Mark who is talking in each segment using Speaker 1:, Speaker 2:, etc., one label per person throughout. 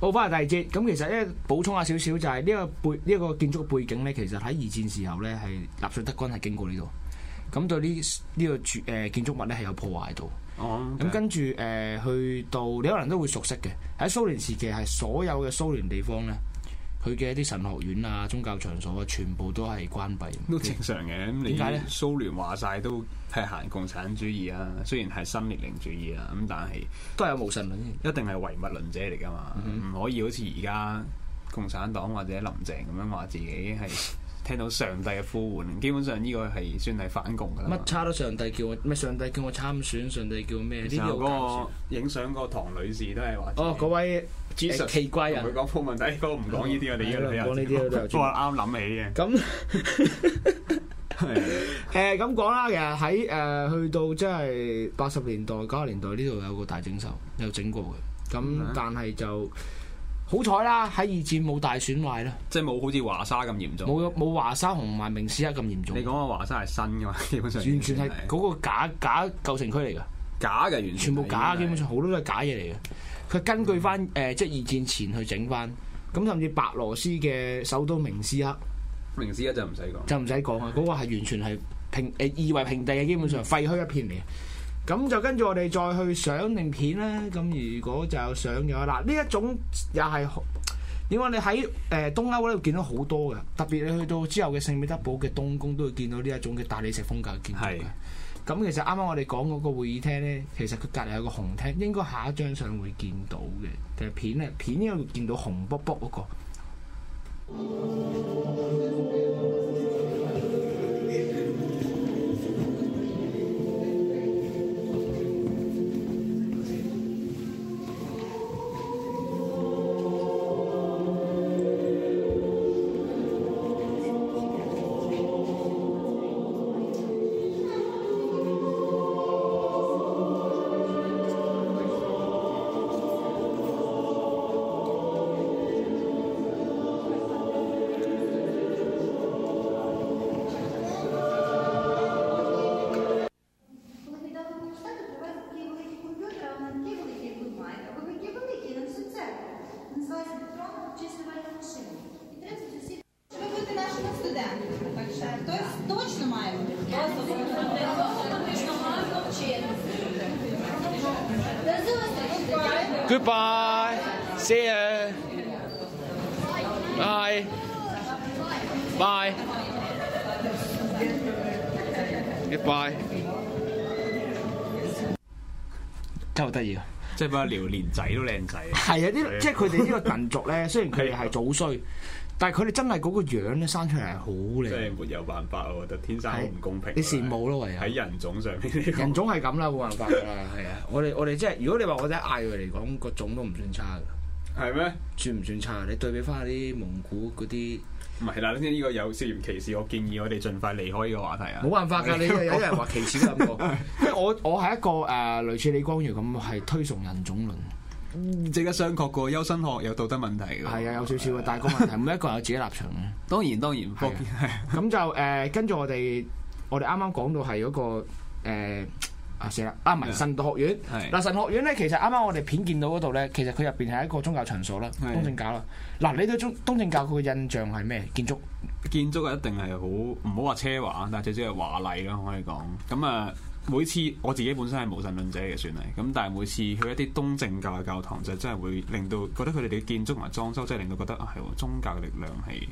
Speaker 1: 好，翻嚟第二節，咁其實咧補充下少少就係呢個背呢、個建築背景咧，其實喺二戰時候咧係納粹德軍係經過呢度，咁對呢呢、個住誒、呃建築物咧係有破壞到。
Speaker 2: 哦，
Speaker 1: 咁跟住誒、呃去到你可能都會熟悉嘅，喺蘇聯時期係所有嘅蘇聯地方咧，佢嘅一啲神學院啊、宗教場所啊，全部都係關閉。
Speaker 2: 都正常嘅。咁你
Speaker 1: 點解咧
Speaker 2: 蘇聯話晒都係行共產主義啊，雖然係新列寧主義啊，咁但係。
Speaker 1: 都係有無神論。
Speaker 2: 一定係唯物論者嚟噶嘛，
Speaker 1: 嗯
Speaker 2: 唔、可以好似而家共產黨或者林鄭咁樣話自己係聽到上帝嘅呼喚，基本上呢個係算係反共噶啦嘛
Speaker 1: 乜。差到上帝叫我咩？上帝叫我參選，上帝叫咩？呢啲
Speaker 2: 然
Speaker 1: 好
Speaker 2: 後
Speaker 1: 搞
Speaker 2: 嗰
Speaker 1: 笑
Speaker 2: 個影相嗰個唐女士都係話自己，
Speaker 1: 哦，嗰位誒奇怪人
Speaker 2: 同佢。講鋪問題，嗰個唔講呢啲，我哋
Speaker 1: 係啦
Speaker 2: 呢
Speaker 1: 唔講呢啲啦
Speaker 2: 個
Speaker 1: 就
Speaker 2: 我啱諗起 嘅。
Speaker 1: 咁誒
Speaker 2: 係
Speaker 1: 咁講啦，其實喺誒、呃去到即係八十年代、九十年代呢度有個大整修，有整過嘅。咁
Speaker 2: 嗯
Speaker 1: 但係就好彩啦，喺二戰冇大損壞啦，
Speaker 2: 即係冇好似華沙咁嚴重。
Speaker 1: 冇冇華沙同埋明斯克咁嚴重
Speaker 2: 嗯你，講嘅華沙係新噶嘛， 基本上
Speaker 1: 完全係嗰個假假舊城區嚟㗎，
Speaker 2: 假嘅，完全
Speaker 1: 全部假，
Speaker 2: 係
Speaker 1: 基本上好多都係假嘢嚟嘅。佢根據翻誒、呃即係二戰前去整翻，咁甚至白羅斯嘅首都明斯克。
Speaker 2: 明知一就唔使講。
Speaker 1: 就唔使講啊！嗰、個係完全係平誒、夷為平地嘅，基本上廢墟一片嚟嘅。咁就跟住我哋再去上定片啦。咁如果就有相嘅話，嗱呢一種又係好點講？你喺誒、呃、東歐呢度見到好多嘅，特別你去到之後嘅聖彼得堡嘅東宮都會見到呢一種嘅大理石風格嘅建築
Speaker 2: 係
Speaker 1: 嘅。咁其實啱啱我哋講嗰個會議廳呢，其實佢隔離有個紅廳，應該下一張相會見到嘅。但係片呢，片應該會見到紅卜卜嗰個。
Speaker 3: Великодавному штату привезли такі великі комп'ютери, а вони такі великі, як ви маєте, або такі великі, але все це називається електронна обчислювальна машина. І 30 осіб.
Speaker 4: Ви будете нашими студентами, так що хтось точно має бути. Точно має
Speaker 3: До зустрічі!
Speaker 1: Goodbye. See you. Bye. Bye. Goodbye. 真係好得意啊！
Speaker 2: 即係不過聊連仔都靚仔，
Speaker 1: 係啊，呢即係佢哋呢個民族咧，雖然佢哋係早衰，但係佢哋真係嗰個樣咧生出嚟 係好
Speaker 2: 即
Speaker 1: 靚
Speaker 2: 係。沒有辦法，我覺得天生好唔公平。啊
Speaker 1: 你羨慕咯唯有
Speaker 2: 喺人種上面呢 個
Speaker 1: 人種係咁啦，冇辦法㗎啦，係啊！我哋我哋即係如果你話我哋嗌佢嚟講個種都唔算差嘅，
Speaker 2: 係咩？
Speaker 1: 算唔算差？你對比翻啲蒙古嗰啲。
Speaker 2: 唔係啦，呢個有涉嫌歧視，我建議我哋盡快離開呢個話題啊！
Speaker 1: 冇辦法㗎，你有有人話歧視都咁過，因為我我係一個誒、呃、類似李光耀咁，係推崇人種論，
Speaker 2: 嗯值得商榷過，優生學有道德問題㗎。
Speaker 1: 係啊有少少嘅，但係個問題每一個人有自己立場嘅，
Speaker 2: 當然當然，
Speaker 1: 係啊咁就誒、呃跟住我哋我哋啱啱講到係嗰、個、呃、啊死啦啊唔係
Speaker 2: 咩啊
Speaker 1: 神道學院。
Speaker 2: 係
Speaker 1: 嗱神學院咧，其實啱啱我哋片見到嗰度咧，其實佢入邊係一個宗教場所啦，
Speaker 2: 係
Speaker 1: 東正教啦。嗱，你對中東正教佢嘅印象係咩？建築
Speaker 2: 建築一定係好唔好話奢華，但係最主要係華麗咯，可以講。咁啊，每次我自己本身係無神論者嘅算係，咁但係每次去一啲東正教嘅教堂就真係會令到覺得佢哋嘅建築同埋裝修真係令到覺得啊係喎，宗教嘅力量係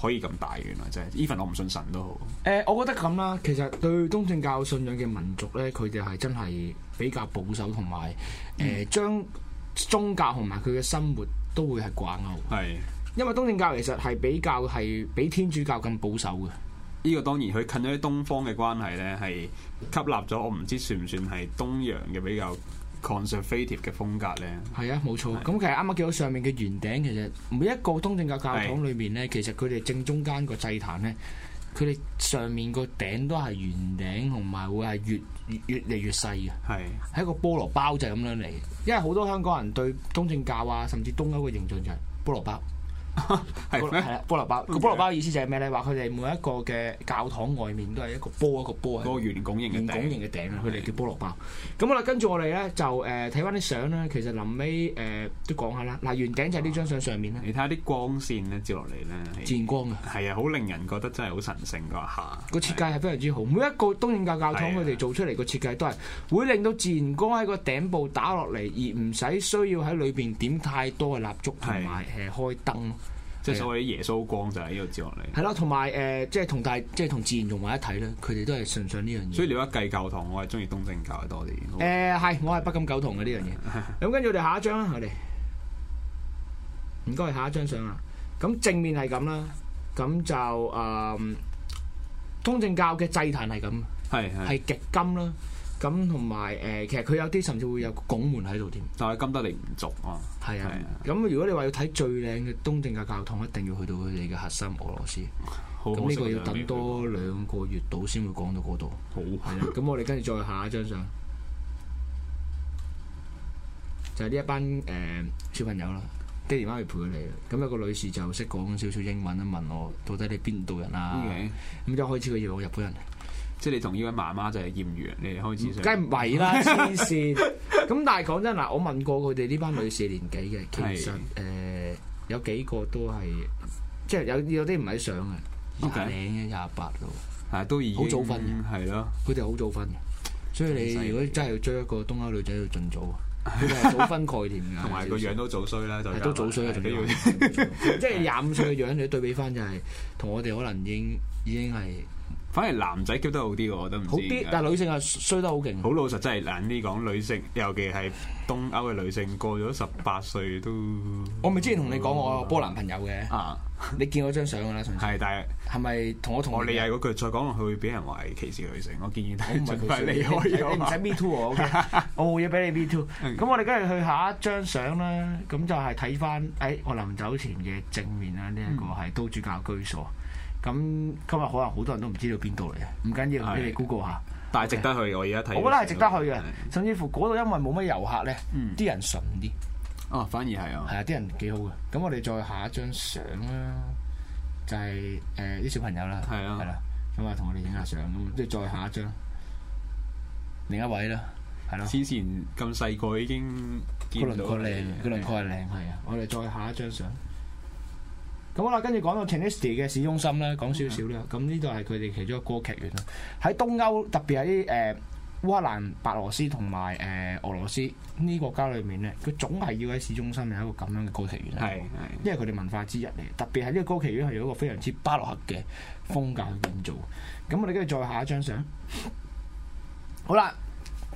Speaker 2: 可以咁大嘅原來真係。even 我唔信神都好，
Speaker 1: 誒、呃我覺得咁啦，其實對東正教信仰嘅民族咧，佢哋係真係比較保守，同埋誒
Speaker 2: 嗯
Speaker 1: 將宗教同埋佢嘅生活都會係掛鈎。
Speaker 2: 係
Speaker 1: 因為東正教其實係比較係比天主教更保守嘅，
Speaker 2: 呢個當然佢近咗啲東方嘅關係咧，係吸納咗我唔知算唔算係東洋嘅比較 conservative 嘅風格咧。
Speaker 1: 係啊，冇錯。咁其實啱啱見到上面嘅圓頂，其實每一個東正教教堂
Speaker 2: 係
Speaker 1: 裏面咧，其實佢哋正中間個祭壇咧，佢哋上面個頂都係圓頂，同埋會係越越越嚟越細嘅，
Speaker 2: 係
Speaker 1: 係一個菠蘿包就係咁樣嚟嘅。因為好多香港人對東正教啊，甚至東歐嘅形象就係菠蘿包。菠
Speaker 2: 係
Speaker 1: 蘿
Speaker 2: 咩？
Speaker 1: 係啦，菠蘿包。個菠蘿包意思就係咩咧？話佢哋每一個嘅教堂外面都係一個波一個波喺
Speaker 2: 嗰個
Speaker 1: 度
Speaker 2: 圓拱形
Speaker 1: 圓
Speaker 2: 嘅
Speaker 1: 拱
Speaker 2: 頂，
Speaker 1: 形嘅頂啦，佢哋叫菠蘿包。咁好啦，跟住我哋咧就誒睇翻啲相啦。其實臨尾誒都講下啦。嗱，圓頂就係呢張相上面咧，
Speaker 2: 你睇下啲光線咧照落嚟咧，
Speaker 1: 自
Speaker 2: 係
Speaker 1: 然光嘅
Speaker 2: 係啊，好令人覺得真係好神聖嗰一下。
Speaker 1: 個設計係非常之好。每一個東正教教堂
Speaker 2: 係啊
Speaker 1: 佢哋做出嚟個設計都係會令到自然光喺個頂部打落嚟，而唔使需要喺裏邊點太多嘅蠟燭同埋誒開燈咯。
Speaker 2: 即係所謂啲耶穌光就喺呢度照落嚟。
Speaker 1: 啊係啦，同埋誒即係同大即係同自然融為一體咧，佢哋都係崇尚呢樣嘢。
Speaker 2: 所以你一計教堂，我係中意東正教多啲。
Speaker 1: 誒呃係，我係不敢苟同嘅呢樣嘢。咁跟住我哋下一張啦，我哋唔該下一張相啦。咁正面係咁啦，咁就誒、嗯通正教嘅祭壇係咁，
Speaker 2: 係係，
Speaker 1: 係極金啦。咁同埋誒，其實佢有啲甚至會有個拱門喺度添。
Speaker 2: 但係金得嚟唔俗啊。
Speaker 1: 係啊
Speaker 2: 係啊，
Speaker 1: 咁如果你話要睇最靚嘅東正教教堂，一定要去到佢哋嘅核心俄羅斯。
Speaker 2: 好
Speaker 1: 咁
Speaker 2: 可
Speaker 1: 呢
Speaker 2: 惜啊
Speaker 1: 個要
Speaker 2: 我就未
Speaker 1: 等
Speaker 2: 去過
Speaker 1: 多兩個月到先會講到嗰度。
Speaker 2: 好
Speaker 1: 係啊啦，咁我哋跟住再下一張相，就係呢一班誒、呃小朋友啦，爹哋媽咪陪佢嚟嘅。咁有個女士就識講少少英文啦，問我到底你邊度人啊？
Speaker 2: OK，
Speaker 1: 咁一開始佢以為我日本人，
Speaker 2: 即係你同呢位媽媽就係豔遇，你哋開始想
Speaker 1: 梗係唔係 啦，黐線。咁但係講真嗱，我問過佢哋呢班女士年紀嘅，其實誒
Speaker 2: 係、
Speaker 1: 呃有幾個都係即係有有啲唔係相嘅，
Speaker 2: OK
Speaker 1: 廿零嘅廿八嘅。
Speaker 2: 係都已經
Speaker 1: 好早婚嘅
Speaker 2: 係咯，
Speaker 1: 佢哋好早婚嘅，所以
Speaker 2: 咁犀
Speaker 1: 你
Speaker 2: 利
Speaker 1: 如果真係要追一個東歐女仔，要盡 早啊，佢哋係早婚概念㗎，
Speaker 2: 同埋個樣
Speaker 1: 都
Speaker 2: 都早衰啦，就
Speaker 1: 係都早水啊，仲
Speaker 2: 都
Speaker 1: 要
Speaker 2: 要
Speaker 1: 即係廿五歲嘅樣，你對比翻就係同我哋可能已經已經係
Speaker 2: 反而男仔 keep 得好啲喎，我都唔知
Speaker 1: 好啲
Speaker 2: 點，解
Speaker 1: 但係女性係衰得好勁，
Speaker 2: 好老實真係難啲講，女性尤其係東歐嘅女性過咗十八歲都
Speaker 1: 我咪之前同你講我有波蘭朋友嘅，
Speaker 2: 啊，
Speaker 1: 你見過張相㗎啦，上次
Speaker 2: 係，但係
Speaker 1: 係咪同我同
Speaker 2: 我理解嗰句，再講落去會俾人話係歧視女性，我 建議大
Speaker 1: 我啊
Speaker 2: 家
Speaker 1: 唔係
Speaker 2: 盡快
Speaker 1: 佢
Speaker 2: 離
Speaker 1: 衰你唔使
Speaker 2: 開
Speaker 1: 你唔使 me too 我，OK？我冇嘢俾你 me too。咁我哋跟住去下一張相啦，咁就係睇翻誒我臨走前嘅正面啦，呢一個係都主教居所。咁今日可能好多人都唔知道邊度嚟啊嘅，唔緊要，
Speaker 2: 係
Speaker 1: 你哋 Google 下，
Speaker 2: 但係值得去，我而家睇，
Speaker 1: 我覺得係值得去啊嘅。甚至乎嗰度因為冇乜遊客咧，
Speaker 2: 嗯
Speaker 1: 啲人純啲，
Speaker 2: 哦，反而係啊，
Speaker 1: 係啊，啲人幾好嘅。咁我哋再下一張相啦，就係誒啲小朋友啦，
Speaker 2: 係啊
Speaker 1: 係啦，咁啊同我哋影下相咁，即係再下一張，另一位啦，係咯。
Speaker 2: 之前咁細個已經
Speaker 1: 個
Speaker 2: 見
Speaker 1: 啊輪
Speaker 2: 到
Speaker 1: 廓靚
Speaker 2: 係，
Speaker 1: 個輪廓係靚，係啊！我哋再下一張相。咁好啦，跟住講到 Tennessee 嘅市中心啦，講少少
Speaker 2: 嗯
Speaker 1: 啦。咁呢度係佢哋其中一個歌劇院啦。喺東歐，特別喺誒烏克蘭、白羅斯同埋誒俄羅斯呢啲國家裏面咧，佢總係要喺市中心有一個咁樣嘅歌劇院啊啦。
Speaker 2: 係係。
Speaker 1: 因為佢哋文化之一嚟，特別係呢個歌劇院係有一個非常之巴洛克嘅風格去建造。咁我哋跟住再下一張相，好啦，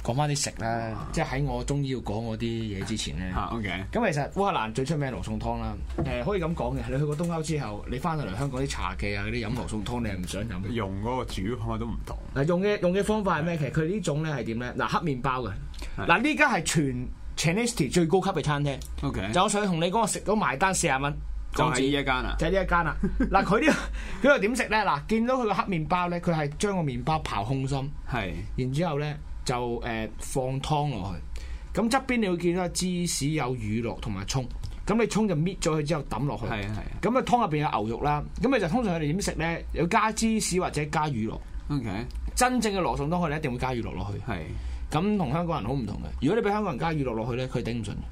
Speaker 1: 講翻啲食啦，即係喺我終於要講嗰啲嘢之前咧。
Speaker 2: 嚇，OK，
Speaker 1: 咁其實烏克蘭最出名係羅宋湯啦，誒、可以咁講嘅，你去過東歐之後，你翻到嚟香港啲茶記啊嗰啲飲羅宋湯，你係唔想飲嘅。
Speaker 2: 用嗰個煮法都唔同，
Speaker 1: 嗱，用嘅用嘅方法係咩？其實佢呢種咧係點咧？嗱，黑麵包嘅，
Speaker 2: 係
Speaker 1: 嗱呢間係全 Chinese 最高級嘅餐廳，
Speaker 2: OK，
Speaker 1: 就我想同你講，我食到埋單四十蚊
Speaker 2: 就
Speaker 1: 港
Speaker 2: 係
Speaker 1: 紙
Speaker 2: 呢一間啊，
Speaker 1: 就係呢一 間啦。嗱，佢呢個佢又點食咧？嗱，見到佢個黑麵包咧，佢係將個麵包刨空心，
Speaker 2: 係
Speaker 1: 然之後咧就誒、呃放湯落去。咁側邊你會見到有芝士有乳酪同埋葱，咁你葱就搣咗佢之後抌落去。
Speaker 2: 係係
Speaker 1: 咁啊湯入邊有牛肉啦，咁你就通常佢哋點食咧？有加芝士或者加乳酪。
Speaker 2: ，OK，
Speaker 1: 真正嘅羅宋湯佢哋一定會加乳酪落去，
Speaker 2: 係。
Speaker 1: 咁同香港人好唔同嘅。如果你俾香港人加乳酪落去咧，佢頂唔順嘅。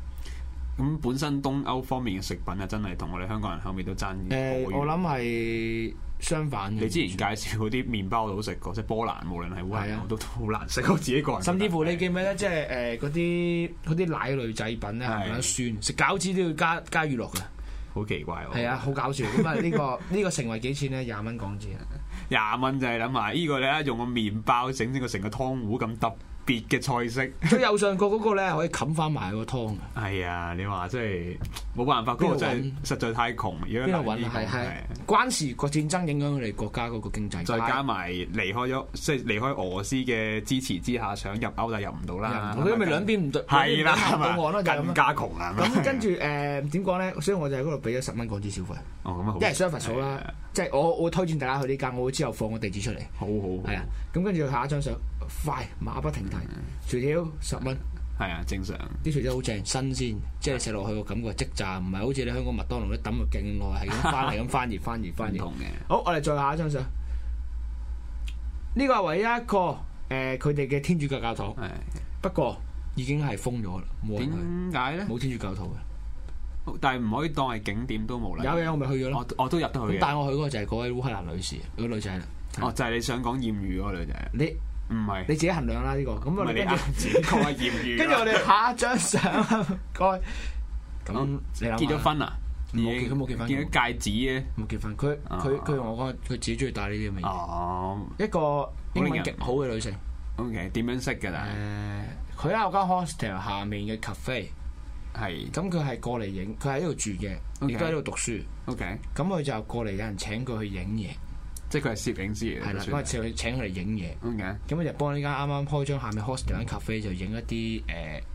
Speaker 2: 咁本身東歐方面嘅食品啊，真係同我哋香港人口味都
Speaker 1: 誒、
Speaker 2: 爭好遠
Speaker 1: 呃我諗係相反嘅。
Speaker 2: 你之前介紹嗰啲麵包我都食過，即係波蘭，無論係烏克
Speaker 1: 係啊
Speaker 2: 蘭我都都好難食，我自己個人覺
Speaker 1: 甚
Speaker 2: 得。
Speaker 1: 至乎你記唔記得即係誒嗰啲嗰啲奶類製品咧係
Speaker 2: 係
Speaker 1: 咪酸？食餃子都要加加乳酪嘅，
Speaker 2: 好奇怪喎。
Speaker 1: 係啊，，好搞笑。咁啊呢個呢個成為幾錢咧？廿蚊港紙啊！
Speaker 2: 廿蚊就係諗埋呢個你一用個麵包整整個成個湯壺咁揼別嘅菜式。
Speaker 1: 最右上角嗰個咧可以冚翻埋個湯嘅。
Speaker 2: 係啊，你話真係冇辦法，嗰
Speaker 1: 邊度
Speaker 2: 個
Speaker 1: 啊
Speaker 2: 真係實在太窮，而
Speaker 1: 邊
Speaker 2: 家
Speaker 1: 度
Speaker 2: 難
Speaker 1: 揾
Speaker 2: 啲
Speaker 1: 啊？係
Speaker 2: 講
Speaker 1: 係
Speaker 2: 係
Speaker 1: 關事個戰爭影響佢哋國家嗰個經濟，
Speaker 2: 再加埋離開咗，即係離開俄羅斯嘅支持之下，想入歐就入唔到啦。
Speaker 1: 咁咪兩邊唔對，
Speaker 2: 係啦，係
Speaker 1: 兩邊唔
Speaker 2: 嘛
Speaker 1: 對岸咯，就係咁
Speaker 2: 更
Speaker 1: 啦
Speaker 2: 加窮啊啦。
Speaker 1: 咁跟住誒點講咧？所以我就喺嗰度俾咗十蚊港紙小費，
Speaker 2: 哦，咁啊好，
Speaker 1: 一係 service 數啦，即係我我會推薦大家去呢間，我會之後放個地址出嚟。
Speaker 2: 好好
Speaker 1: 係啊，咁跟住下一張相，快馬不停蹄，薯條十蚊，
Speaker 2: 係啊，正常。
Speaker 1: 啲薯條好正，新鮮，即係食落去個感覺即炸，唔係好似你香港麥當勞咧抌咗勁耐，係咁翻嚟咁翻熱翻熱翻
Speaker 2: 唔
Speaker 1: 熱。
Speaker 2: 同嘅，
Speaker 1: 好，我哋再下一張相，呢個係唯一一個誒佢哋嘅天主教教堂，
Speaker 2: 係
Speaker 1: 不過已經係封咗啦，冇人去，
Speaker 2: 點解咧？
Speaker 1: 冇天主教徒嘅。
Speaker 2: 但係唔可以當係景點都冇啦。
Speaker 1: 有嘅，我咪去咗咯。
Speaker 2: 我我都入得
Speaker 1: 咁
Speaker 2: 去嘅。
Speaker 1: 帶我去嗰個就係嗰位烏克蘭女士，嗰個女仔啦。
Speaker 2: 哦，就係你想講豔遇嗰個女仔，啊
Speaker 1: 你
Speaker 2: 唔係
Speaker 1: 嗯你自己衡量啦呢個。咁
Speaker 2: 唔
Speaker 1: 我
Speaker 2: 係
Speaker 1: 哋
Speaker 2: 你
Speaker 1: 跟住
Speaker 2: 啱自己講係豔遇啦。啊
Speaker 1: 跟住我哋下一張相啊，唔該。咁你諗下
Speaker 2: 結咗婚啊？
Speaker 1: 冇結佢冇結婚
Speaker 2: 見到戒指嘅。
Speaker 1: 冇結婚，佢
Speaker 2: 啊
Speaker 1: 佢佢同我講，佢自己中意戴呢啲咁嘅嘢。
Speaker 2: 哦
Speaker 1: 一個英文極好嘅女性。
Speaker 2: ，OK，點樣識㗎
Speaker 1: 誒
Speaker 2: 啦？，
Speaker 1: 佢喺我間 hostel 下面嘅 cafe，
Speaker 2: 係
Speaker 1: 咁佢係過嚟影，佢喺呢度住嘅，
Speaker 2: OK
Speaker 1: 亦都喺呢度讀書。
Speaker 2: OK，
Speaker 1: 咁佢就過嚟有人請佢去影嘢，
Speaker 2: 即係佢係攝影師嚟
Speaker 1: 係
Speaker 2: 嘅
Speaker 1: 啦，
Speaker 2: 算
Speaker 1: 嗰陣時佢請佢嚟影嘢。
Speaker 2: ，OK
Speaker 1: 咁佢就幫呢間啱啱開張下面 hostel 間 cafe 就影一啲誒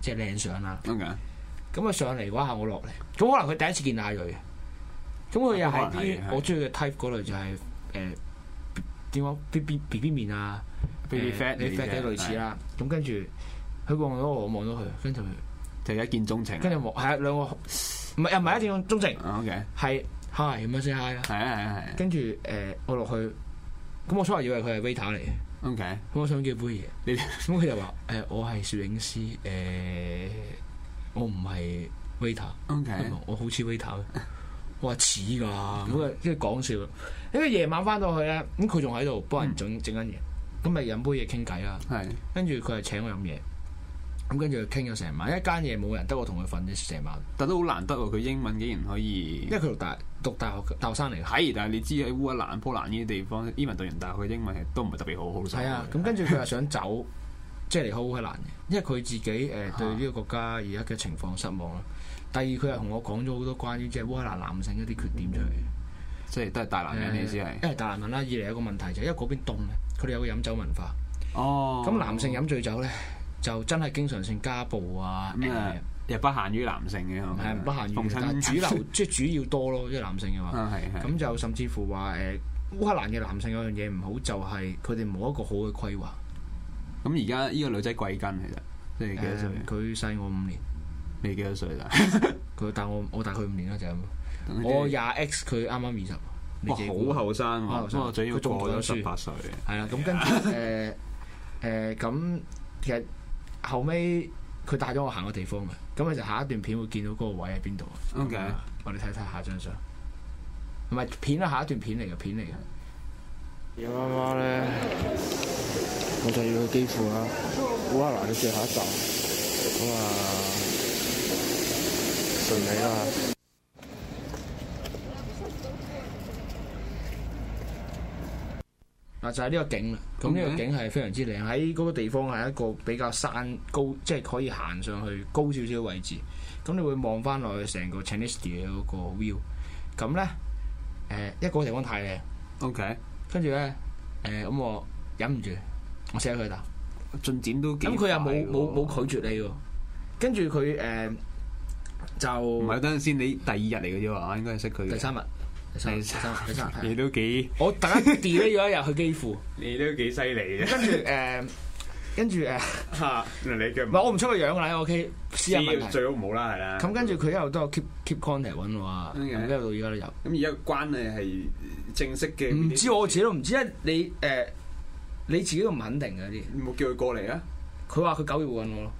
Speaker 1: 即係靚相啦。
Speaker 2: OK，
Speaker 1: 咁佢上嚟嗰下我落嚟，咁可能佢第一次見阿蕊嘅，咁佢又係
Speaker 2: 啊可能係
Speaker 1: 啲
Speaker 2: 係
Speaker 1: 我中意嘅 type 嗰類就係誒點講 B B B B 面啊
Speaker 2: Baby fat
Speaker 1: 你 fat 嘅類似啦，咁跟住佢望到我，我望到佢，跟住佢
Speaker 2: 就一見鍾情。哦
Speaker 1: 跟住望係啊兩個唔係又唔係一見鍾情，
Speaker 2: OK，
Speaker 1: 係 hi 咁樣先 hi 啦，
Speaker 2: 係啊係啊係啊
Speaker 1: 跟住誒我落去，咁我初頭以為佢係 waiter 嚟嘅，
Speaker 2: ，OK，
Speaker 1: 咁我想叫杯嘢。
Speaker 2: 你
Speaker 1: 咁佢就話：誒、我係攝影師，誒、我唔係 waiter，佢
Speaker 2: OK
Speaker 1: 話我好似 waiter 嘅。我話似㗎，咁啊佢即係講笑。因為夜晚翻到去咧，咁佢仲喺度幫人整整緊嘢，咁咪飲杯嘢傾偈啦。
Speaker 2: 係
Speaker 1: 跟住佢係請我飲嘢，咁跟住傾咗成晚，一間嘢冇人，得我同佢瞓咗成晚。
Speaker 2: 但都好難得喎，佢英文竟然可
Speaker 1: 因
Speaker 2: 以
Speaker 1: 為。佢讀大讀大學嘅大學生嚟嘅。
Speaker 2: 係，但係你知喺烏克蘭、波蘭呢啲地方，even 讀完大學嘅英文其實都唔係特別好好。
Speaker 1: 係啊，咁跟住佢又想走， 即係離開烏克蘭嘅，因為佢自己誒、呃、對呢個國家而家嘅情況失望啦。第二，佢又同我講咗好多關於即係烏克蘭男性一啲缺點出嚟。
Speaker 2: 即係都係大男人，你意思係
Speaker 1: 誒一係大男人啦，二嚟有個問題就係因為嗰邊凍咧，佢哋有個飲酒文化。
Speaker 2: 哦。
Speaker 1: 咁、男性飲醉酒咧，就真係經常性家暴啊，
Speaker 2: 咁啊
Speaker 1: 誒，
Speaker 2: 又不限於男性嘅，係咪
Speaker 1: 係不限
Speaker 2: 逢
Speaker 1: 於，但
Speaker 2: 親
Speaker 1: 係主 流即係主要多咯，即係男性嘅話。
Speaker 2: 啊係係
Speaker 1: 咁就甚至乎話誒、呃烏克蘭嘅男性有樣嘢唔好，就係佢哋冇一個好嘅規劃。
Speaker 2: 咁而家呢個女仔貴庚其實，即係幾多歲？啊
Speaker 1: 誒佢細我五年。
Speaker 2: 你幾多歲啊啦？
Speaker 1: 佢但我我大佢五年啦，就係咁。 我
Speaker 2: 我
Speaker 1: 廿 X，佢啱啱二十。你
Speaker 2: 哇
Speaker 1: 自己估啊
Speaker 2: 好後生
Speaker 1: 好
Speaker 2: 喎，
Speaker 1: 後
Speaker 2: 不
Speaker 1: 生
Speaker 2: 過最要
Speaker 1: 佢仲
Speaker 2: 過咗
Speaker 1: 讀緊書
Speaker 2: 十八歲。
Speaker 1: 係啦，咁跟住誒誒咁，其實後尾佢帶咗我行個地方嘅，咁你就下一段片會見到嗰個位喺邊度。啊
Speaker 2: OK
Speaker 1: 我哋睇睇下張相，唔係片啦，下一段片嚟嘅片嚟嘅。
Speaker 5: 夜媽媽咧，我就要去基輔啦，烏克蘭嘅最後一站，咁啊順利啦。
Speaker 1: 嗱就係呢個景啦，咁呢個
Speaker 2: OK
Speaker 1: 景係非常之靚，喺嗰個地方係一個比較山高，即係可以行上去高少少嘅位置，咁你會望翻落去成個 Chanisti 嘅嗰個 view，咁咧呃誒一個地方太靚，
Speaker 2: OK，
Speaker 1: 跟住咧誒咁我忍唔住，我寫咗佢答，
Speaker 2: 進展都幾
Speaker 1: 咁佢又
Speaker 2: 快
Speaker 1: 冇
Speaker 2: 喎
Speaker 1: 冇冇拒絕你喎，跟住佢誒
Speaker 2: 唔係
Speaker 1: 就
Speaker 2: 等陣先，你第二日嚟嘅啫喎，應該係識佢嘅
Speaker 1: 第三日，第三日，第三日，第 三日，係啊
Speaker 2: 你都幾
Speaker 1: 我突然間 delete 咗一日去基輔，
Speaker 2: 你都幾犀利嘅
Speaker 1: 跟住 誒呃跟住誒。
Speaker 2: 嚇，你嘅
Speaker 1: 唔係我唔出佢樣㗎啦，我 K 私人問題。
Speaker 2: 啊最好唔好啦，係啦。
Speaker 1: 咁跟住佢一路都有 keep keep contact 揾我啊，
Speaker 2: 嗯
Speaker 1: 咁一路到而家都有。
Speaker 2: 咁而家關係係正式嘅，
Speaker 1: 唔知我自己都唔知，因為你誒你自己都唔肯定嘅啲。
Speaker 2: 冇叫佢過嚟啊？
Speaker 1: 佢話佢九月會揾我咯，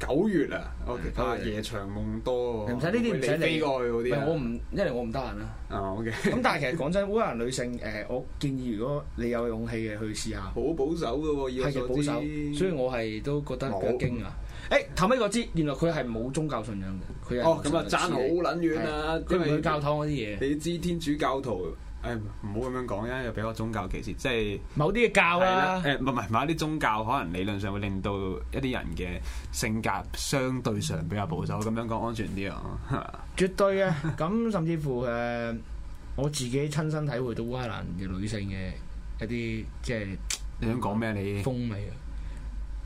Speaker 2: 九月啊，我
Speaker 1: 嗯
Speaker 2: 怕夜長夢多喎。
Speaker 1: 你唔使呢啲唔使
Speaker 2: 你飛
Speaker 1: 理。
Speaker 2: 過去嗰啲
Speaker 1: 唔係
Speaker 2: 啊。
Speaker 1: 我唔，因為我唔得閒 啦。
Speaker 2: 啊，OK，
Speaker 1: 咁但係其實講真，烏克蘭女性誒，我建議如果你有勇氣嘅去試下，
Speaker 2: 好保守嘅喎，以我
Speaker 1: 係嘅
Speaker 2: 所
Speaker 1: 保
Speaker 2: 知。
Speaker 1: 守，所以我係都覺得比較
Speaker 2: 冇
Speaker 1: 驚啊。誒頭尾我知，原來佢係冇宗教信仰嘅，佢係
Speaker 2: 哦，咁啊爭好
Speaker 1: 信
Speaker 2: 撚遠
Speaker 1: 係
Speaker 2: 啦，
Speaker 1: 佢
Speaker 2: 因
Speaker 1: 唔
Speaker 2: 為
Speaker 1: 去教堂嗰啲嘢。
Speaker 2: 你知天主教徒誒唔好咁樣講啦，又比較宗教歧視，即係
Speaker 1: 某啲嘅教啊
Speaker 2: 係啦
Speaker 1: 啦，
Speaker 2: 誒唔係唔係某啲宗教可能理論上會令到一啲人嘅性格相對上比較保守，咁樣講安全啲啊。
Speaker 1: 絕對嘅。咁甚至乎誒、呃我自己親身體會到烏克蘭嘅女性嘅一啲即係
Speaker 2: 你想講咩？你
Speaker 1: 風味啊，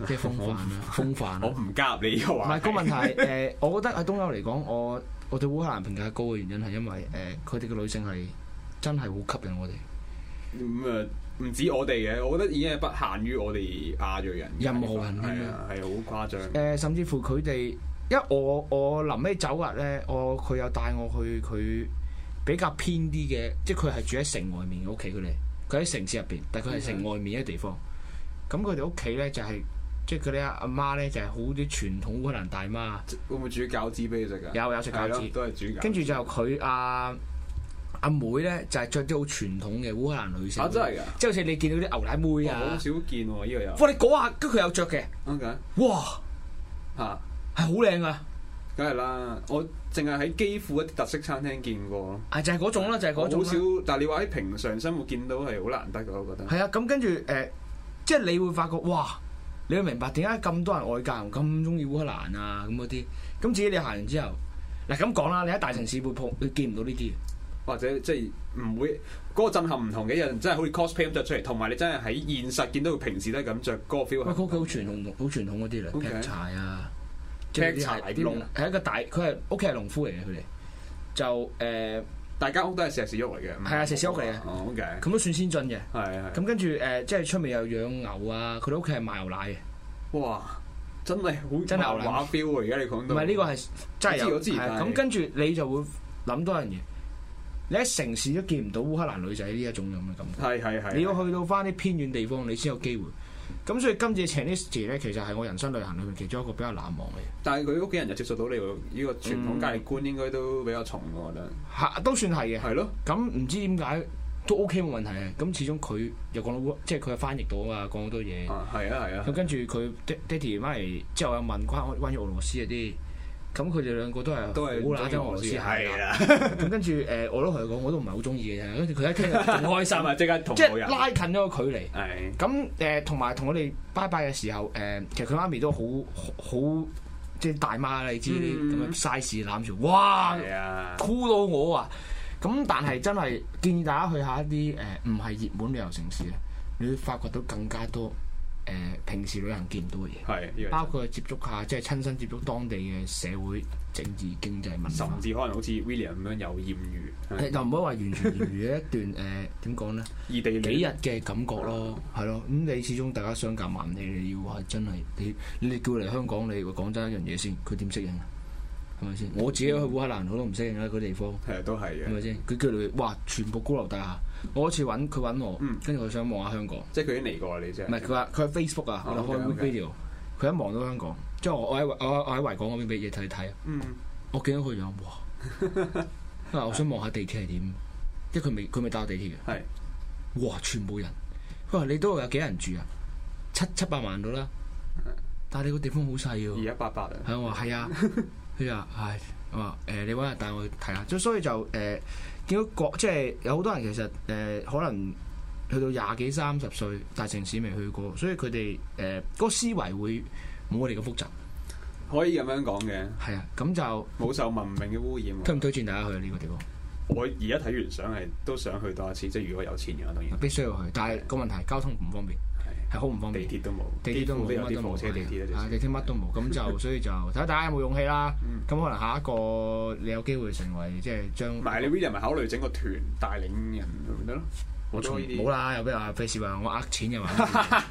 Speaker 1: 即係風範 啊，風範啊
Speaker 2: 我。唔加入你呢個
Speaker 1: 唔係
Speaker 2: 話題
Speaker 1: 個問題，誒、我覺得喺東歐嚟講，我我對烏克蘭評價高嘅原因係因為誒，佢哋嘅女性係真係好吸引我哋，
Speaker 2: 咁啊， 唔止我哋嘅，我覺得已經係不限於我哋亞裔人嘅
Speaker 1: 任
Speaker 2: 睇法，
Speaker 1: 何人添
Speaker 2: 係
Speaker 1: 啊
Speaker 2: 啊，係好誇張。
Speaker 1: 誒、甚至乎佢哋，因為我我臨尾走日咧，我佢有帶我去佢比較偏啲嘅，即係佢係住喺城外面嘅屋企，佢哋佢喺城市入邊，但
Speaker 2: 嗯
Speaker 1: 係佢係城外面嘅地方。咁佢哋屋企咧就係、即係佢哋阿阿媽咧就係好啲傳統烏克蘭大媽，
Speaker 2: 會唔會煮餃子俾你食㗎？啊
Speaker 1: 有有食餃
Speaker 2: 係咯
Speaker 1: 子
Speaker 2: 都係煮餃子。
Speaker 1: 跟住就佢阿阿妹咧就係着啲好傳統嘅烏克蘭女性。
Speaker 2: 啊，真係㗎！
Speaker 1: 即係好似你見到啲牛奶妹
Speaker 2: 哇好
Speaker 1: 啊
Speaker 2: 少，見喎，呢個有。
Speaker 1: 哇！你嗰下跟佢有着嘅，
Speaker 2: OK
Speaker 1: 哇，
Speaker 2: 嚇，
Speaker 1: 係好靚啊噶，
Speaker 2: 梗係啦，我淨係喺基輔一啲特色餐廳見過咯。
Speaker 1: 啊就係嗰種啦，就係嗰種
Speaker 2: 好少
Speaker 1: 啦。，
Speaker 2: 但係你話喺平常生活見到係好難得㗎，我覺得。
Speaker 1: 係啊，咁跟住誒，即係你會發覺哇，你會明白點解咁多人外教人咁中意烏克蘭啊咁嗰啲。咁至於你行完之後，嗱咁講啦，你喺大城市會碰，你見唔到呢啲嘅。
Speaker 2: 或者即係唔會嗰、個震撼唔同嘅，有人真係好似 cosplay 咁着出嚟，同埋你真係喺現實見到佢平時都係咁着，嗰、個 feel
Speaker 1: 喂，嗰
Speaker 2: 係
Speaker 1: 個好傳統，好傳統嗰啲嚟，
Speaker 2: OK
Speaker 1: 劈柴啊，
Speaker 2: 劈
Speaker 1: 係
Speaker 2: 柴
Speaker 1: 啲係
Speaker 2: 啲
Speaker 1: 農
Speaker 2: 啊
Speaker 1: 係一個大，佢係屋企係農夫嚟嘅，佢哋就呃誒
Speaker 2: 大家屋都係石屎屋嚟嘅。
Speaker 1: 係啊石屎屋嚟嘅
Speaker 2: 哦，OK，
Speaker 1: 咁都算先進嘅。
Speaker 2: 係係。
Speaker 1: 咁跟住誒，即係出面又養牛啊，佢哋屋企係賣牛奶嘅。
Speaker 2: 哇，真係好
Speaker 1: 真係牛腩
Speaker 2: 畫 feel 喎！而家你講
Speaker 1: 唔
Speaker 2: 到，
Speaker 1: 係呢個係真係有
Speaker 2: 嗯我知我知
Speaker 1: 係啊
Speaker 2: 但係
Speaker 1: 咁跟住你就會諗多樣嘢。你喺城市都見唔到烏克蘭女仔呢一種咁嘅感覺，
Speaker 2: 係係係，
Speaker 1: 你要去到翻啲偏遠地方，你先有機會。咁所以今次嘅 Chinese 咧，其實係我人生旅行裏面其中一個比較難忘嘅嘢，
Speaker 2: 但係佢屋企人就接受到你喎呢個傳統價值觀應該都比較重喎，我覺得
Speaker 1: 嚇都算係嘅。
Speaker 2: 係咯，
Speaker 1: 咁唔知點解都 OK 冇問題嘅。咁始終佢又講到烏即係佢又翻譯到啊，講好多嘢。
Speaker 2: 啊係啊係啊
Speaker 1: 咁，跟住佢爹爹哋媽咪之後又問關關於俄羅斯嗰啲，咁佢哋兩個都係
Speaker 2: 都係
Speaker 1: 好乸憎俄羅斯
Speaker 2: 係
Speaker 1: 係啦。
Speaker 2: 啦，
Speaker 1: 咁跟住誒，我都同佢講，我都唔係好中意嘅啫。跟住佢一傾就 仲開心
Speaker 2: 三
Speaker 1: 啊，
Speaker 2: 啊即刻同
Speaker 1: 即
Speaker 2: 冇
Speaker 1: 係
Speaker 2: 人
Speaker 1: 拉近咗個距離。
Speaker 2: 係
Speaker 1: 咁誒，同埋同我哋拜拜嘅時候，誒、呃其實佢媽咪都好好好即係大媽啦，你知
Speaker 2: 嗯
Speaker 1: 咁樣 size 攬住，哇，
Speaker 2: 係啊，
Speaker 1: 酷到我啊！咁但係真係建議大家去下一啲誒呃唔係熱門旅遊城市咧，你會發掘到更加多誒、平時旅行見唔到嘅嘢。
Speaker 2: 係啊呢
Speaker 1: 包括接觸下，即係親身接觸當地嘅社會、政治、經濟、文化
Speaker 2: 個甚，至可能好似 William 咁樣有豔遇，
Speaker 1: 誒就唔好話完全完餘嘅一段誒呃點講咧，
Speaker 2: 異地
Speaker 1: 幾日
Speaker 2: 戀
Speaker 1: 嘅感覺咯，係咯。咁你始終大家相隔萬里，你要係真係你你叫佢嚟香港，你喂講真一樣嘢先，佢點適應啊？係咪先？我自己去烏克蘭我都唔適應啦，嗰地方
Speaker 2: 係都係
Speaker 1: 係咪
Speaker 2: 嘅，
Speaker 1: 先？佢叫你哇，全部高樓大廈。我嗰次揾佢揾我
Speaker 2: 嗯，
Speaker 1: 跟住佢想望下香港，
Speaker 2: 即係佢已經嚟過啦你啊啫，
Speaker 1: 唔係佢話佢喺 Facebook 啊，
Speaker 2: 哦
Speaker 1: 我哋開
Speaker 2: OK，OK
Speaker 1: video，佢一望到香港，即係我我喺維我我喺維港嗰邊俾嘢睇睇啊。
Speaker 2: 嗯
Speaker 1: 我見到佢樣，哇！ 因為我想望下地鐵係點，即係佢未佢未搭過地鐵
Speaker 2: 係
Speaker 1: 嘅，哇！全部人，佢話你都有幾人住啊？七七百萬到啦，但係你個地方好細
Speaker 2: 二一
Speaker 1: 喎。
Speaker 2: 八八啊，
Speaker 1: 係我話係 啊，佢話唉，我話誒你揾日帶我去睇下，咁所以就誒、呃、見到國即係有好多人其實誒、呃可能去到廿幾三十歲，大城市未去過，所以佢哋誒嗰個思維會冇我哋咁複雜，
Speaker 2: 可以咁樣講嘅，
Speaker 1: 係啊，咁就
Speaker 2: 冇受文明嘅污染喎。
Speaker 1: 推唔推薦大家去呢個地方？
Speaker 2: 我而家睇完相係都想去多一次，即係如果有錢嘅話，當然
Speaker 1: 必須要去，但係個問題交通唔方便，
Speaker 2: 係
Speaker 1: 係好唔方便。
Speaker 2: 地鐵都冇，
Speaker 1: 地鐵都冇，
Speaker 2: 幾
Speaker 1: 乜
Speaker 2: 乎有
Speaker 1: 都
Speaker 2: 啲火
Speaker 1: 冇，
Speaker 2: 車、地鐵
Speaker 1: 係
Speaker 2: 啦
Speaker 1: 啊，地鐵乜都冇，咁 就所以就睇下大家有冇勇氣啦
Speaker 2: 嗯。
Speaker 1: 咁可能下一個你有機會成為即係將
Speaker 2: 唔係你 William 咪考慮整個團帶領人咪得咯？我都呢啲
Speaker 1: 冇啦，又俾話費事話我呃錢 嘅話，係啊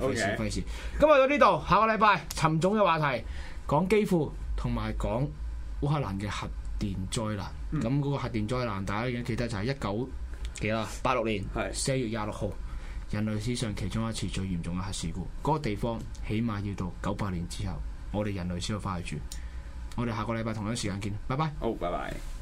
Speaker 2: OK
Speaker 1: 費事費事。咁啊到呢度，下個禮拜沉重嘅話題講基輔同埋講烏克蘭嘅核電災難。
Speaker 2: 嗯
Speaker 1: 咁嗰個核電災難，大家已經記得就係一九幾啦，八六年
Speaker 2: 係
Speaker 1: 四月廿六號。人類史上其中一次最嚴重嘅核事故，嗰、個地方起碼要到九百年之後，我哋人類先可以翻去住。我哋下個禮拜同樣時間見，拜拜。
Speaker 2: 好，拜拜。